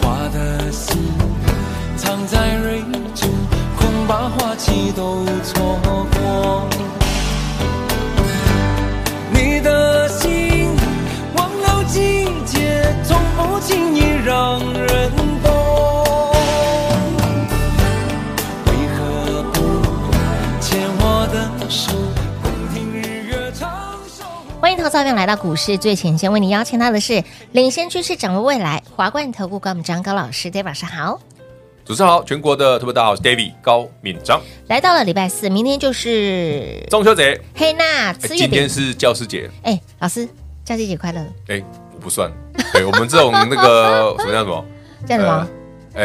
花的心藏在蕊中，恐怕花期都错过。你的心忘了季节，从不轻易让人懂。为何不牵我的手，共听日月长寿？欢迎投资朋友来到股市最前线，为你邀请到的是领先趋势、掌握未来华冠投顾管我们张高老师，大家晚上好。主持人好，全国的特别大家好，我是 David 高敏章，来到了礼拜四，明天就是中秋节，黑娜哎吃月今饼。天是教师节，哎、老师，教师节快乐！哎，我不算，对我们这种那 个什么叫什么，这样子吗？呃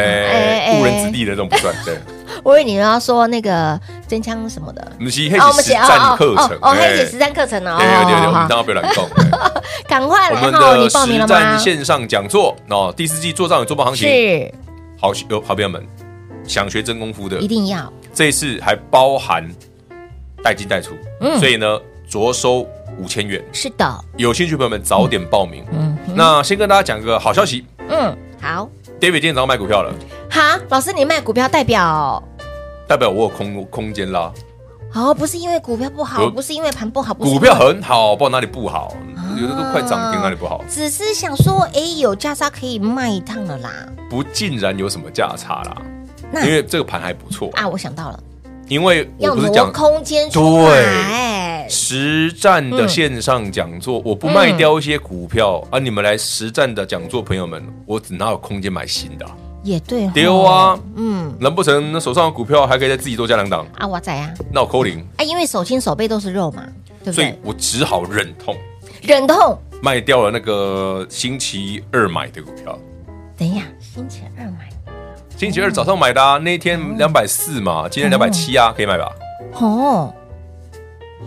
哎哎哎，误人子弟的这种不算， 对，我以为你要说那个真枪什么的。我们是黑姐实战课程，哦，哎黑姐实，战课程哦，对对对哦对，我们好当然不要乱动， 哎赶快我来们哈！的你报名实了吗战？线嗯上讲座哦，第四季做账与做梦行情，是，好有好朋友们想学真功夫的一，定要这一次还包含带进带出，嗯所以呢，着收五千元。是的，有兴趣的朋友们早点报名。嗯那先跟大家讲个好消息嗯，好， ，David 今天早上卖股票了，好，老师，你卖股票代表代表我有空空间啦。哦，不是因为股票不好，有不是因为盘不好，不是啊股因为票很好，不知道哪里不好，有的都快涨停，哪里不好？只是想说，哎，有价差可以卖一趟了啦。不尽然有什么价差啦，那因为这个盘还不错。啊，我想到了，因为要我不是挪讲空间出来，实战的线上讲座，我不卖掉一些股嗯票啊，你们来实战的讲座朋友们，我只哪有空间买新的啊？也对，丢啊，嗯，难不成那手上的股票还可以再自己多加两档？啊，我仔啊，那我扣零，啊，因为手心手背都是肉嘛，对不所以对？我只好忍痛。忍痛，卖掉了那个星期二买的股票，等一下，星期二买，星期二早上买的、啊，那一天两百四嘛，今天两百七啊，可以买吧？哦，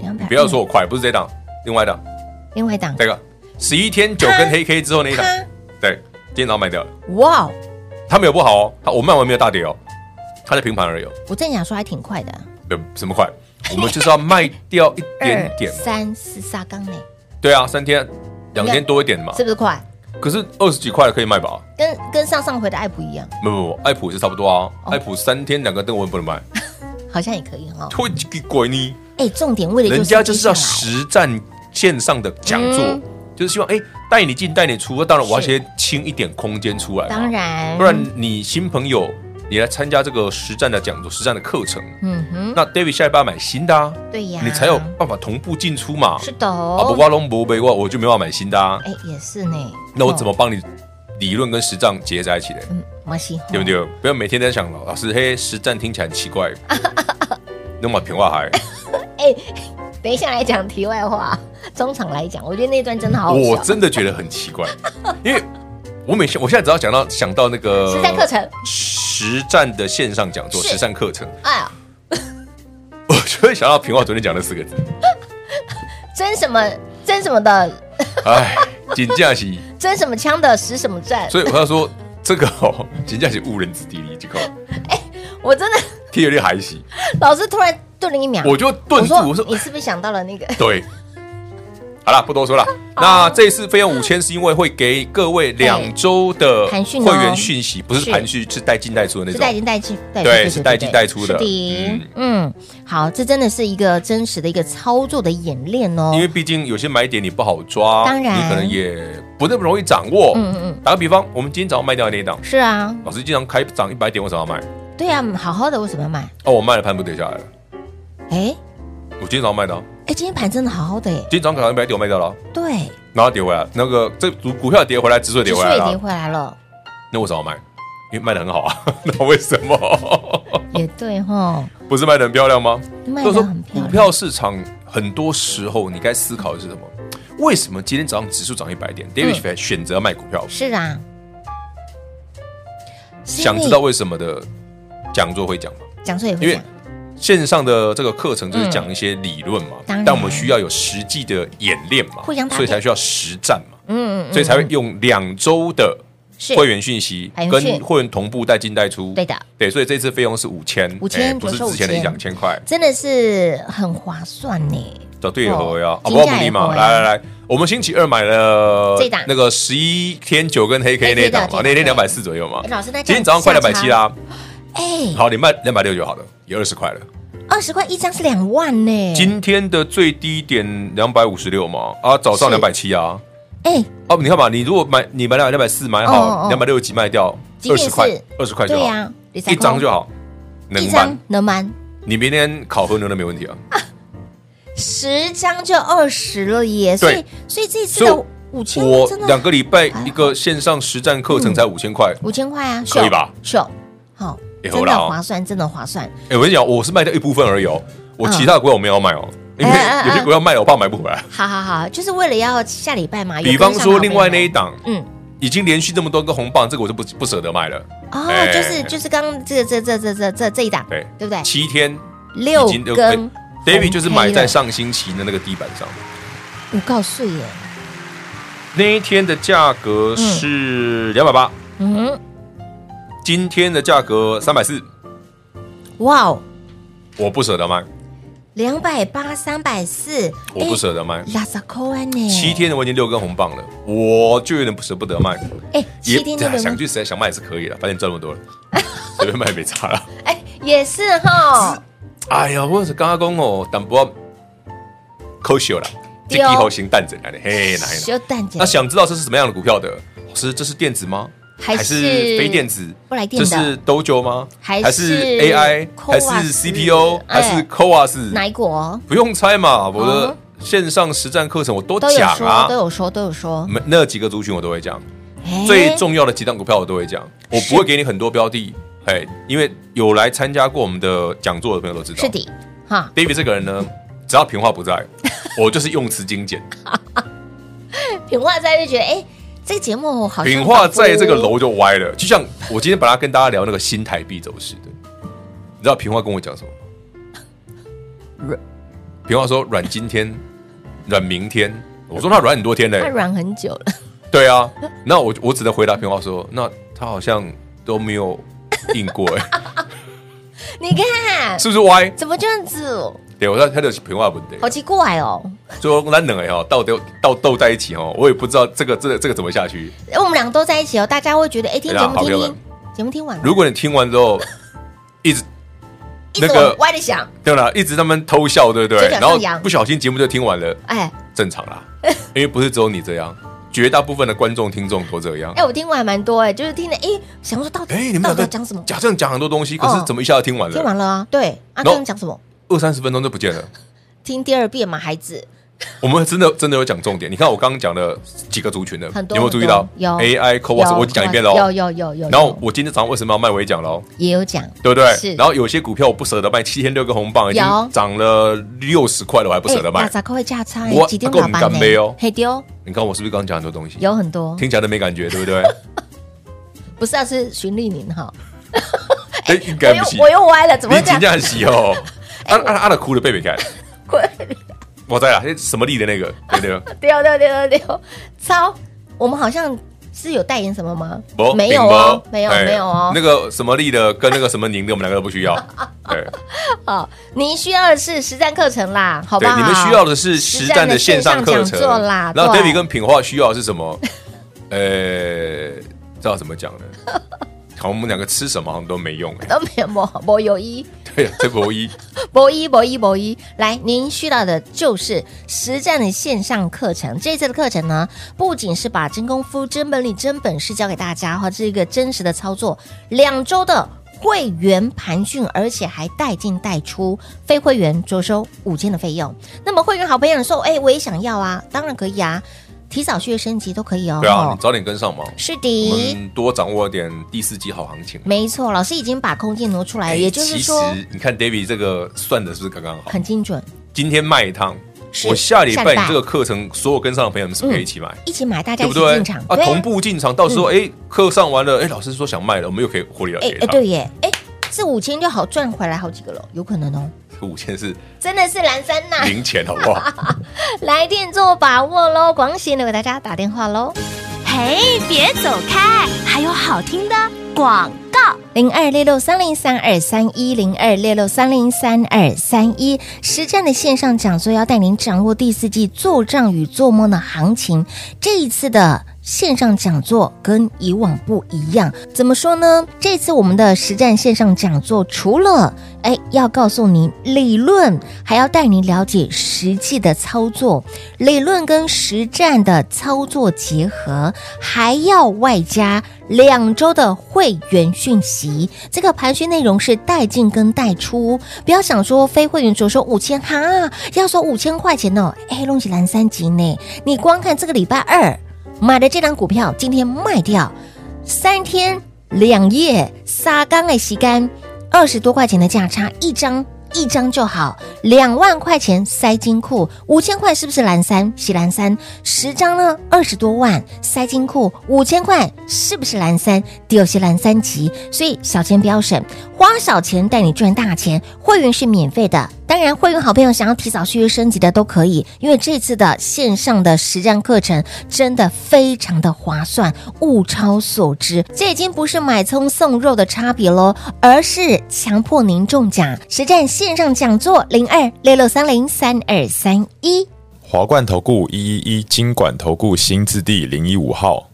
两百，不要说我快，不是这档，另外一档，另外一档，那个十一天九根黑 K 之后那一档，它对，今天早上卖掉了，哇哦，它没有不好哦，它我卖完没有大跌哦，它在平盘而已、哦，我正想说还挺快的，啊不什么快，我们就是要卖掉一点二点，三四沙缸呢，对啊，三天两天多一点嘛是，不是快？可是二十几块可以卖吧？跟跟上上回的爱普一样，不不不，爱普也是差不多啊，哦爱普三天两个灯我也不能 卖，好像也可以哦。会给鬼你。哎，重点为了人家就就是要接下来实战线上的讲座，嗯就是希望哎带你进带你出，当然我要是先清一点空间出来嘛，当然，啊不然你新朋友你来参加这个实战的讲座、实战的课程，嗯哼，那 David 下一班买新的、啊，对呀，你才有办法同步进出嘛。是的啊，不哦。挖龙不背我我就没办法买新的、啊，哎，也是呢。那我怎么哦？帮你理论跟实战结合在一起嘞？嗯，没西，对不？对？不要每天在想老师嘿，实战听起来很 奇怪，那么平话还。哎等一下来讲题外话，中场来讲，我觉得那段真的好好我笑。真的觉得很奇怪， 因为我每我现在只要讲到想到那个实战课程，实战的线上讲座、是实战课程， 哎呀，我就会想到平话昨天讲的四个字，真什么真什么的， 哎，锦驾喜，真什么枪的，使什么战，所以我要说这个哦， 锦驾喜误人子弟了，这个我真的天有点害喜，老师突然顿了一秒，我就顿住，我说说 你是不是想到了那个？对。好了，不多说了。那这次费用五千，是因为会给各位两周的盘讯哦会员讯息，不是是盘讯，是带进带出的那是种带。进带进，对对是带进带出是的的嗯，嗯，好，这真的是一个真实的一个操作的演练哦因。为毕竟有些买点你不好抓，当然你可能也不那么容易掌握。嗯嗯嗯，打个比方，我们今天早上卖掉的那一档，是啊，老师经常开涨一百点，我早上卖，对啊，好好的为什么要买？哦，我卖了盘不跌下来了，哎我今天早上卖的啊，哎，今天盘真的好好的哎，今天早上涨一百点我卖掉了啊，对，然后跌回来，那个这股股票跌回来，指数也跌指数回来也了跌啊，回来了，那我早上卖，因为卖的很好啊， 那为什么？ 也对哈，不是卖的很漂亮吗？卖都的说很漂股亮，票市场很多时候你该思考的是什么？为什么今天早上指数涨一百点，David 嗯选择卖股票？是啊，想知道为什么的讲座会讲吗？讲座也因会为讲，线上的这个课程就是讲一些理论嘛，嗯当然但我们需要有实际的演练嘛互相，搭配所以才需要实战嘛，嗯嗯嗯，所以才会用两周的是会员讯息还有跟是会员同步带进带出。对的，对，所以这次费用是五千， 5000哎不是之前的一不是5000两千块，真的是很划算呢。找对头呀哦，啊，金不不价立也马回来来来，我们星期二买了这档那个十一天九跟黑 K 黑 K 那的档嘛，这那天档两百四左右嘛哎，老师那这样啊今天早上快价两差百七啦，哎，好，你卖两百六就好了，也二十块了。二十块一张是两万呢。今天的最低点两百五十六嘛，啊，早上是两百七啊，哎，哦，你看嘛，你如果买你买两两百四买哦好，哦两百六十几卖掉，即二便是十块，二十块就对好呀，理财一张控就好，能一办张。能满你明天考核能能没问题啊？十张就二十了耶。所以所以这次所以的五千我真两的个礼拜一个线上实战课程才嗯五千块，五千块啊，可以吧秀？秀，好，也真好啦的哦划算，真的划算。哎、我跟你讲，我是卖掉一部分而已哦，我嗯其他的股票我没有卖哦，因为哎哎哎有些股票卖了，我怕买不回来。好好好，就是为了要下礼拜哎嘛。有比跟方上说，好朋另友外那一档嗯。已经连续这么多个红棒，这个我就不不舍得卖了。哦，哎就是就是刚刚这这这这这这这一档，对对不对？七天六已经根哎红 David 就是买黑在了上星期的那个地板上，五告诉耶，那一天的价格是两百八，嗯，今天的价格三百四，哇哦，我不舍得卖，两百八三百四，哎我不舍得卖。拉萨扣安呢？七，天我已经六根红棒了，我就有点不舍不得卖。哎，七天就也啊流想去谁想卖也是可以的，反正赚那么多了，随便卖也没差 了。哎，也是哈，哎呀，我是刚刚讲哦，淡薄可惜了，这对季哦后型蛋整来的，嘿，哪一就蛋姐那，想知道这是什么样的股票的？老师，这是电子吗？还是非电子？不来电这的是 Dojo 吗？还是 AI？还 Coas？是 CPO？哎还是 Coas？哪一国不用猜嘛，我哦的线上实战课程我都都有讲说，啊都，有说，都有说，每那几个族群我都会讲，哎最重要的几档股票我都会讲，我不会给你很多标的，哎，因为有来参加过我们的讲座的朋友都知道，是的哈， David 这个人呢，只要平话不在，我就是用词精简。品话在就觉得哎，这个节目好像平话在这个仿佛楼就歪了，就像我今天本来跟大家聊那个新台币走势的，你知道平话跟我讲什么吗？平话说软今天，软明天。我说那软很多天嘞它。软很久了， 对啊，那我我只能回答平话说，那他好像都没有硬过哎、你看是不是歪？怎么这样子，对，我说他的平话不对，好奇怪哦。说那冷哎哈，到底到斗在一起哦，我也不知道这个这个这个怎么下去。我们两个都在一起哦，大家会觉得哎，听节对啦目听好朋友们听，节目听完了，如果你听完之后一直一直那个往歪的想，对啦，一直他们偷笑，对不嘴？对角然后上扬不小心节目就 听完了，哎正常啦，因为不是只有你这样，绝大部分的观众听众都这样。哎，我听过还蛮多哎，就是听了哎，想说到底哎，你们到两底个要讲什么？假正讲很多东西，可哦是怎么一下就听完听完了？了啊，对啊，刚然后刚讲什么？二三十分钟就不见了。听第二遍嘛，孩子，我们真的真的有讲重点。你看我刚刚讲的几个族群的，很有多没有注意到？有 AI、c o w a 有我讲一遍有喽。有有有，然后有我今天早上为什么要卖？我也讲喽，也有讲，对不是对？然后有些股票我不舍得卖，七天六个红棒已有经涨了六十块了，我还不舍得哎卖那。咋会价差？我几天还够打板敏感杯哦嘿丢，你看我是不是刚刚讲很多东西？有很多，听起来都没感觉，对不对？不是啊，是循例您哈，哎，应我该又不行。我又哎歪了，怎么你会这真样？正是哦， 啊啊啊！的哭的贝贝看，我在啦，那什么力的那个，对对， 丢丢丢丢丢，超，我们好像是有代言什么吗？不哎没有啊哦，没有没有哦那。个什么力的跟那个什么宁的，我们两个都不 需要。对哦，您需要的是实战课程啦，好不对，好？你们需要的是实战的线上实课程战的线上讲座啦然后对 David 跟品化需要的是什么？ 呃，知道怎么讲呢？好，我们两个吃什么好像都没用 哎。都没有没没有一对，这博 一博一博一博一，来，您需要的就是实战的线上课程。这次的课程呢，不仅是把真功夫、真本领、真本事教给大家哈，这是一个真实的操作，两周的。会员盘训，而且还带进带出，非会员着收五千的费用。那么会员好朋友说，哎，我也想要啊，当然可以啊，提早续约升级都可以哦。对啊，吼你早点跟上嘛，是我的，们多掌握点第四季好行情。没错，老师已经把空间挪出来，哎也就是说其实你看 David 这个算的是不是刚刚好？很精准，今天卖一趟，是我下礼下拜礼你拜这个课程所有跟上的朋友们是不是可以一起买？一起买，大家对一不起对？进场，啊，对嗯同步进场，到时候哎，课上完了，哎，老师说想卖了，我们又可以获利了哎结哎，他。对耶，哎，这五千就好赚回来好几个了，有可能哦，五千是真的是蓝山呐，零钱，好不好？ 来电做把握喽，广喜留给大家打电话喽。 嘿，别走开，还有好听的广告。零二六六三零三二三一零二六六三零三二三一实战的线上讲座要带您掌握第四季做账与做梦的行情。这一次的线上讲座跟以往不一样，怎么说呢？这次我们的实战线上讲座除了哎要告诉您理论，还要带您了解实际的操作，理论跟实战的操作结合，还要外加两周的会员讯息。这个盘讯内容是带进跟带出，不要想说非会员只有收五千哈，要收五千块钱哦。哎，弄起蓝三级呢，你光看这个礼拜二买的这张股票，今天卖掉三天两夜，沙干哎洗干，二十多块钱的价差，一张一张就好，两万块钱塞金库，五千块是不是蓝三洗蓝三？十张呢二十多万塞金库，五千块是不是蓝三？第二些蓝三级，所以小钱不要省，花小钱带你赚大钱，会员是免费的。当然，会员好朋友想要提早续约升级的都可以，因为这次的线上的实战课程真的非常的划算，物超所值。这已经不是买葱送肉的差别喽，而是强迫您中奖。实战线上讲座零二六六三零三二三一。华冠投顾一一一金管投顾新字第零一五号，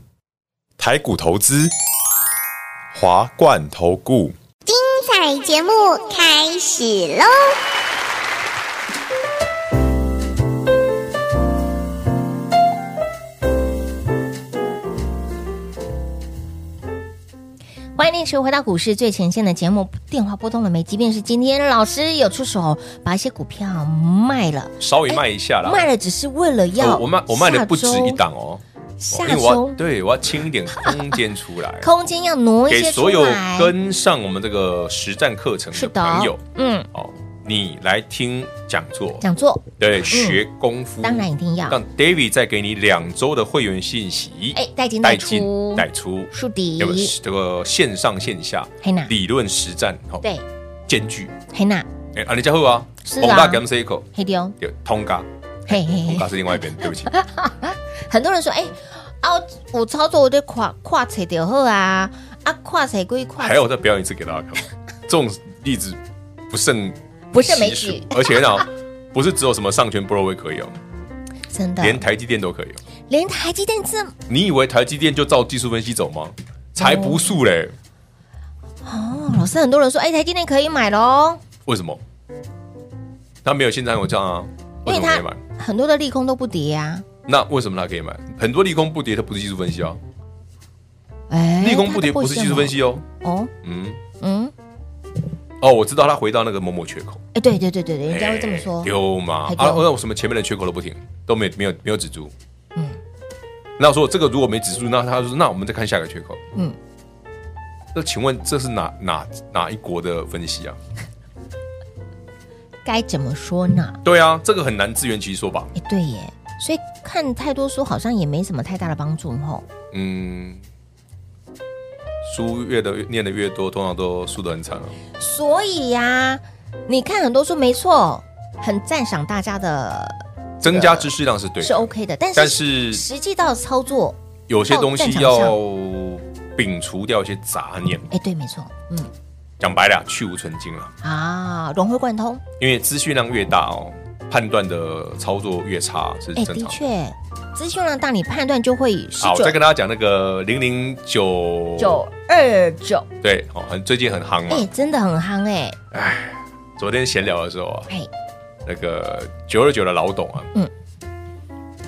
台股投资，华冠投顾。彩节目开始喽！欢迎您持续回到股市最前线的节目，电话拨通了没？即便是今天老师有出手把一些股票卖了，稍微卖一下啦。卖了只是为了要呃我我卖我卖的不止下周一，档哦，下因为我周，要对我要清一点空间出来 空间要挪一给些出所有来。跟上我们这个实战课程是的的朋友嗯，哦，你来听讲座，讲座对，学功夫，当然一定要，让 David 再给你两周的会员信息，哎，带进带带进出，带出，树敌这，个这个线上线下黑娜，理论实战哦，对，兼具，黑娜，哎，啊，你家好啊，是啊宏大 Gam C 口，黑丢，对，通嘎， 嘿嘿通嘿嘎。是另外一边，对不起，很多人说，哎，啊，我操作我就跨跨扯就好啊，啊，跨扯归跨还，有再表演一次给大家看，这种例子不胜不胜枚其数举，而且呢， 不是只有什么上权 Broadway 可以哦，真的，连台积电都可以哦。连台积电这哦你以为台积电就照技术分析走吗？才不是嘞！哦，老师很多人说，哎，台积电可以买喽，为什么？他没有现在有账啊？为什么可以买？很多的利空都不跌啊，那为什么他可以买？很多利空不跌，它不是技术分析啊。哎，利空不跌它都不是技术分析哦。哦，嗯，嗯，哦，我知道他回到那个某某缺口，哎，对对对对对，人家会这么说哎，丢嘛还？丢啊，那我什么前面的缺口都不停，都没有没有没有止住。嗯，那我说这个如果没止住，那他就说那我们再看下一个缺口。嗯嗯，那请问这是哪哪哪一国的分析啊？该怎么说呢？对啊，这个很难自圆其说吧？哎，对耶，所以看太多书好像也没什么太大的帮助吼。嗯，书越的念的越多，通常都输得很惨啊。所以呀、你看很多书没错，很赞赏大家的增加知识量是对的，是 OK 的，但是但是实际到操作，有些东西到战场要上摒除掉一些杂念。哎，对，没错，嗯讲白了，去无存精了。啊，融会贯通，因为资讯量越大哦，判断的操作越差是哎，正的常的。确，资讯量大，你判断就会失好，我再准跟。大家讲那个零零九九二九，对，哦，很最近很夯哎，嘛。真的很夯哎、昨天闲聊的时候啊，哎，那个九二九的老董啊，嗯嗯，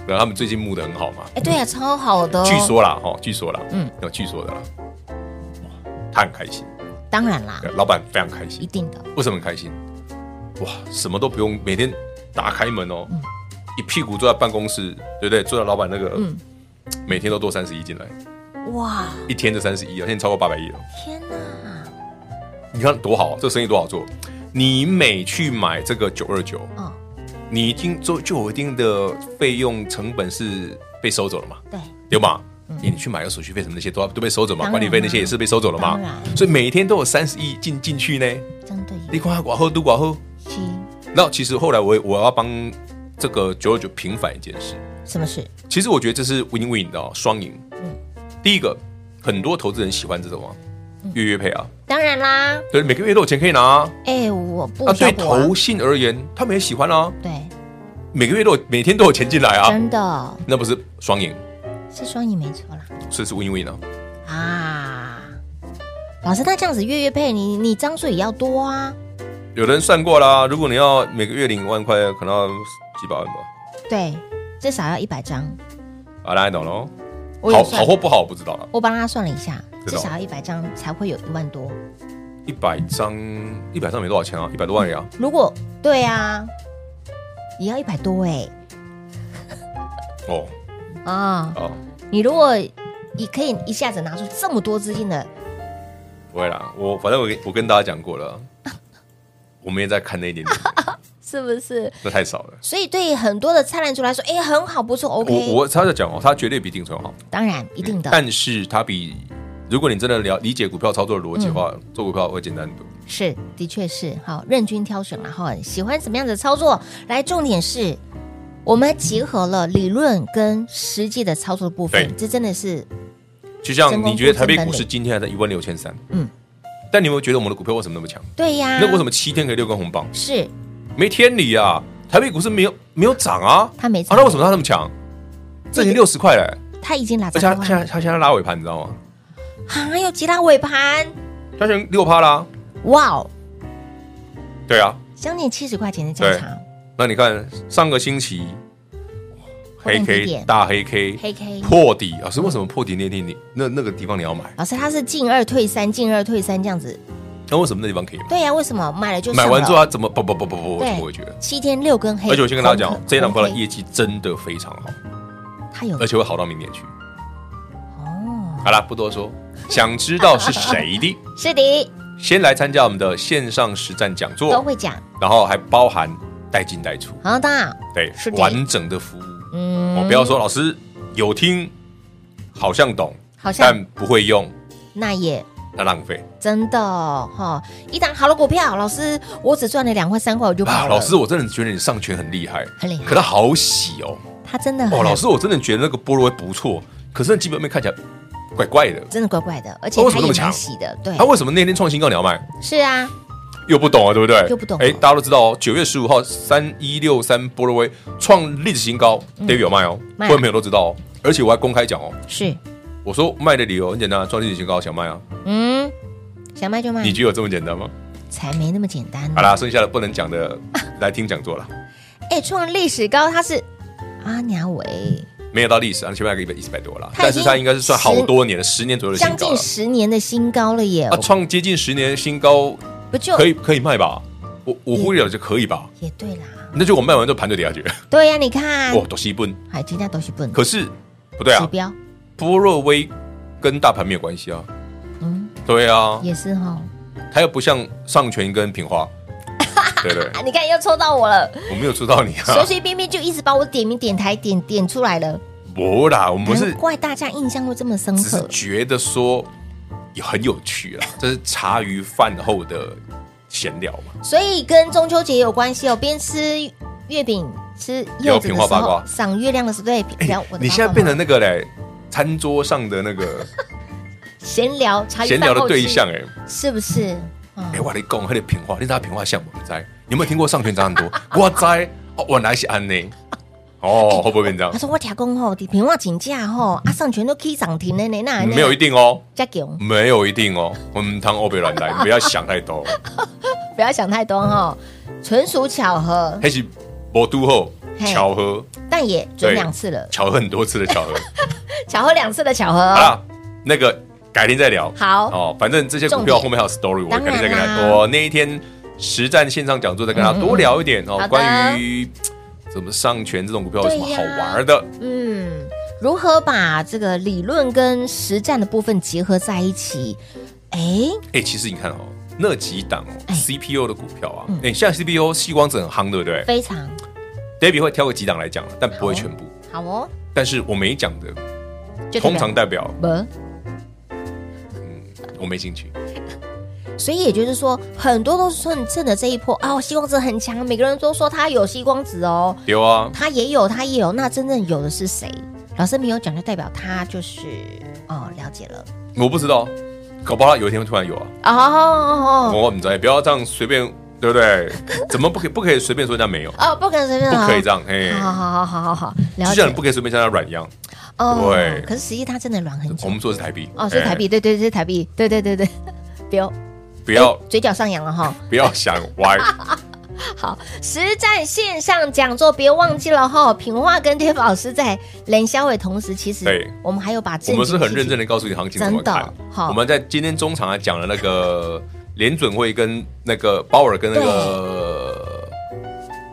然后他们最近募的很好嘛，哎，对啊，超好的、哦。嗯据，说啦，哦，据说啦，嗯嗯，有据说的啦，哇，他很开心，当然啦，对啊老板非常开一心。定的，为什么很开心？哇，什么都不用，每天打开门哦，一屁股坐在办公室，对不对？坐在老板那个，嗯每天都多三十亿进来。哇，一天就三十亿了，现在超过八百亿了。天哪，啊你看多好，这生意多好做。你每去买这个九二九，哦，你已经就就有一定的费用成本是被收走了嘛，对，对吧？你你去买个手续费什么那些都都被收走嘛，嗯当然管理费那些也是被收走了嘛当然，所以每天都有三十亿进进去呢。真的你有看他寡后都寡后，七那其实后来我我要帮这个九二九平反一件事，什么事？其实我觉得这是 win win 的哦，双赢。嗯第一个，很多投资人喜欢这种啊，嗯月月配啊，当然啦，对，每个月都有钱可以拿啊。哎，我不那挑对骨啊投信而言，他们也喜欢啊，对，每个月都有每天都有钱进来啊，真的那不是双赢，是双赢没错啦这是 win win 啊。啊。老师，那这样子月月配你，你张数也要多啊。有人算过啦，如果你要每个月领一万块，可能要几百万吧。对，至少要一百张。啊，大家懂喽？我好有算好，或不好，我不知道了。啊我帮他算了一下，知至道少要一百张才会有一万多。一百张，一百张没多少钱啊，一百多万呀。如果对啊，也要一百多哎嗯哦啊、哦，你如果你可以一下子拿出这么多资金的，不会啦，我反正我跟我跟大家讲过了，我们也在看那一 点点，是不是？那太少了。所以对很多的灿烂族来说，哎、很好，不错我，OK。嗯我他在讲哦，他绝对比定存好，当然一定的，但是他比如果你真的了理解股票操作的逻辑的嗯话，做股票会简单很多。是的确是好，任君挑选了哈，喜欢什么样的操作？来，重点是。我们结合了理论跟实际的操作部分对，这真的是就像你觉得台北真功夫真本股领市今天还在一万六千三，嗯嗯，但你有没有觉得我们的股票为什么那么强？对呀。那为什么七天可以六根红棒？是没天理啊！台北股市没有没有涨啊，它没啊，涨那为什么它那么强？这已经六十块嘞，他已经拿而且到了它它现在它现在拉尾盘，你知道吗？啊，有吉拉尾盘，它现在六趴啦，哇哦，对啊。将近七十块钱的价差，那你看上个星期活黑动低 K 点大黑 K 黑 K 破底，老师为什么破底那天你那那个地方你要买？老师他是进二退三，进二退三这样子。那为什么那地方可以买？对呀、为什么买了就买上完了之后它怎么不不不不不对怎么回去？七天六根黑？而且我先跟大家讲红哦黑，这一档股票的红黑业绩真的非常好，它有而且会好到明年去。哦，好啦，不多说，想知道是 谁的，是的，先来参加我们的线上实战讲都座，会讲，然后还包含带进带出，好的，对是，的完整的服务。嗯，我哦不要说老师有听，好像懂，好像但不会用，那也。那浪费。真的哦哈、一档好的股票，老师，我只赚了两块三块，我就跑啊，了。老师，，我真的觉得你上拳很厉害，很厉害可它好洗哦。他真的很哦，老师，我真的觉得那个菠萝不错，可是那基本面看起来怪怪的。真的怪怪的，而且那为什他么那也蛮么强洗的，对他、，为什么那天创新高你要卖？是啊，又不懂啊，对不对？又不懂哎，大家都知道哦，九月十五号三一六三波罗威创历史新高，David 有卖哦，嗯卖各位朋友都知道哦。而且我还公开讲哦，是，我说卖的理由很简单，创历史新高想卖啊，嗯，想卖就卖你，觉得有这么简单吗？才没那么简单呢。好啦，剩下的不能讲 的来听讲座了，哎，创历史高，它是阿娘伟，没有到历史啊，前面还有一百一百多啦，它已经但是它应该是算好十多年了，十年左右的将新高近了。十年的新高了耶，啊，创接近十年新高，不就嗯可以可以卖吧？我我忽略了就可以吧？也对啦，那就我卖完之后盘就底下去，对呀，你看，哇，都是一本。还今天都是笨，可是不对指啊，标波若威跟大盘没有关系啊。嗯对啊，也是 哈，它又不像上权跟 平花，对不对？啊，你看又抽到我了，我没有出到你随啊，随便便就一直把我点名点台点点出来了，不啦，我们是难哎怪大家印象会这么深只是刻，觉得说也很有趣啦，这是茶余饭后的闲聊嘛。所以跟中秋节有关系哦，边吃月饼吃柚子有的平时花八候卦，哎赏月亮的时候，对，比较我的你八现在卦变嘛成那个嘞，餐桌上的 那个闲聊茶余闲聊饭的后对之象哎、是不是？嗯哎、我跟你讲，那个平话，你知道平话像我在？有没有听过上权涨 很多？我在，哦，原来是安呢。 哦，会不会变这样他？说我听讲吼，你平话请假吼，啊上全都 K 涨停了呢，那没有一定哦，加强，没有一定哦。我们汤欧北乱 来，你不要想太多，不要想太多哈，纯属巧合，还是我都后嘿巧合，但也准对两次了，巧合很多次的巧合。 巧合两次的巧合好哦。啦，那个改天再聊。好哦，反正这些股重点啊票后面还有 story，我当然改天再跟啦他。我那一天实战线上讲座再跟他多聊一点嗯好哦的，关于怎么上权这种股票有什么对呀好玩的。嗯，如何把这个理论跟实战的部分结合在一起？哎，哎、其实你看哦，那几档哦哎嗯，CPU 的股票啊，哎、像 CPU 细光子很夯，对不对？非常 David 会挑个几档来讲，啊但不会全部。好哦，但是我没讲的，就代表通常代表不。我没兴趣。所以也就是说，很多都是趁趁着这一波啊，吸光子很强，每个人都说他有吸光子哦，有啊，他也有，他也有。那真正有的是谁？老师没有讲，就代表他就是哦，了解了我不知道，搞不好有一天会突然有啊。哦哦我不知道，不要这样随便，对不对？怎么不可以不可以随便说人家 没有？哦，不可能随便，不可以这样，嘿，好好好好好好，了就解像你不可以随便叫他软样。哦对可是实际他真的软很久我们说的是台币哦，所以台币，对对对，台币，对对对对，不要哎不要嘴角上扬了哈。不要想歪，好，实战线上讲座别忘记了哈。品化跟 Dave 老师在冷销伟同时，其实对我们还有把我们是很认的真的告诉你行情怎么看真的。好我们在今天中场还讲了那个联准会跟那个鲍尔跟那个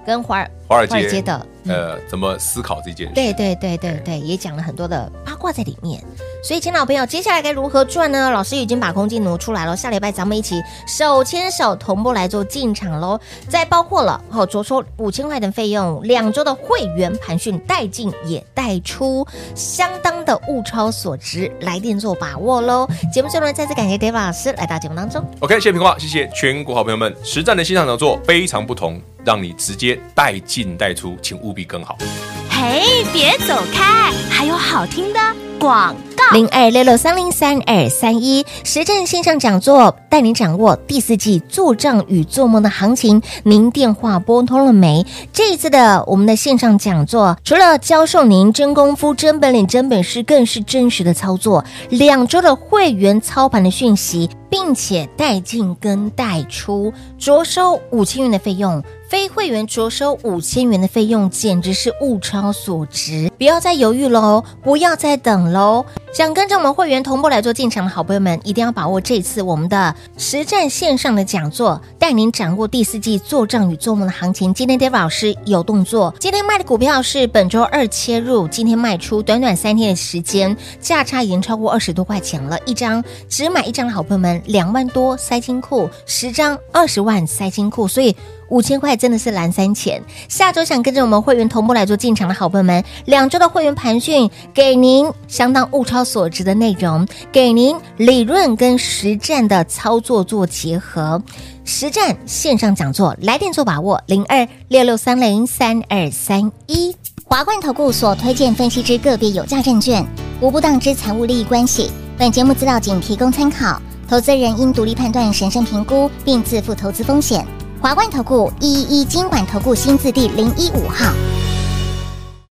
跟华尔华尔华尔街街的，嗯呃怎么思考这件事。对对对对对，也讲了很多的八卦在里面。所以，亲老朋友，接下来该如何赚呢？老师已经把空间挪出来了，下礼拜咱们一起手牵手同步来做进场喽。再包括了哦，着收五千块的费用，两周的会员盘训带进也带出，相当的物超所值，来电做把握喽。节目最后呢，再次感谢 David 老师来到节目当中。 OK，谢谢平话，谢谢全国好朋友们，实战的现场讲座非常不同，让你直接带进带出，请务必跟好。嘿，别走开，还有好听的广告。零二六六三零三二三一实战线上讲座，带您掌握第四季做账与做梦的行情。您电话拨通了没？这一次的我们的线上讲座，除了教授您真功夫、真本领、真本事，更是真实的操作，两周的会员操盘的讯息，并且带进跟带出，着收五千元的费用。非会员着收五千元的费用，简直是物超所值！不要再犹豫喽，不要再等喽！想跟着我们会员同步来做进场的好朋友们，一定要把握这次我们的实战线上的讲座，带您掌握第四季做账与做梦的行情。今天 Dave 老师有动作，今天卖的股票是本周二切入，今天卖出，短短三天的时间，价差已经超过二十多块钱了，一张只买一张的好朋友们，两万多塞金库，十张二十万塞金库，所以。五千块真的是蓝三钱。下周想跟着我们会员同步来做进场的好朋友们，两周的会员盘训给您相当物超所值的内容，给您理论跟实战的操作做结合。实战线上讲座，来电做把握，零二六六三零三二三一。华冠投顾所推荐分析之个别有价证券，无不当之财务利益关系。本节目资料仅提供参考，投资人应独立判断、审慎评估，并自负投资风险。华冠投顾一一一金管投顾新字第零一五号。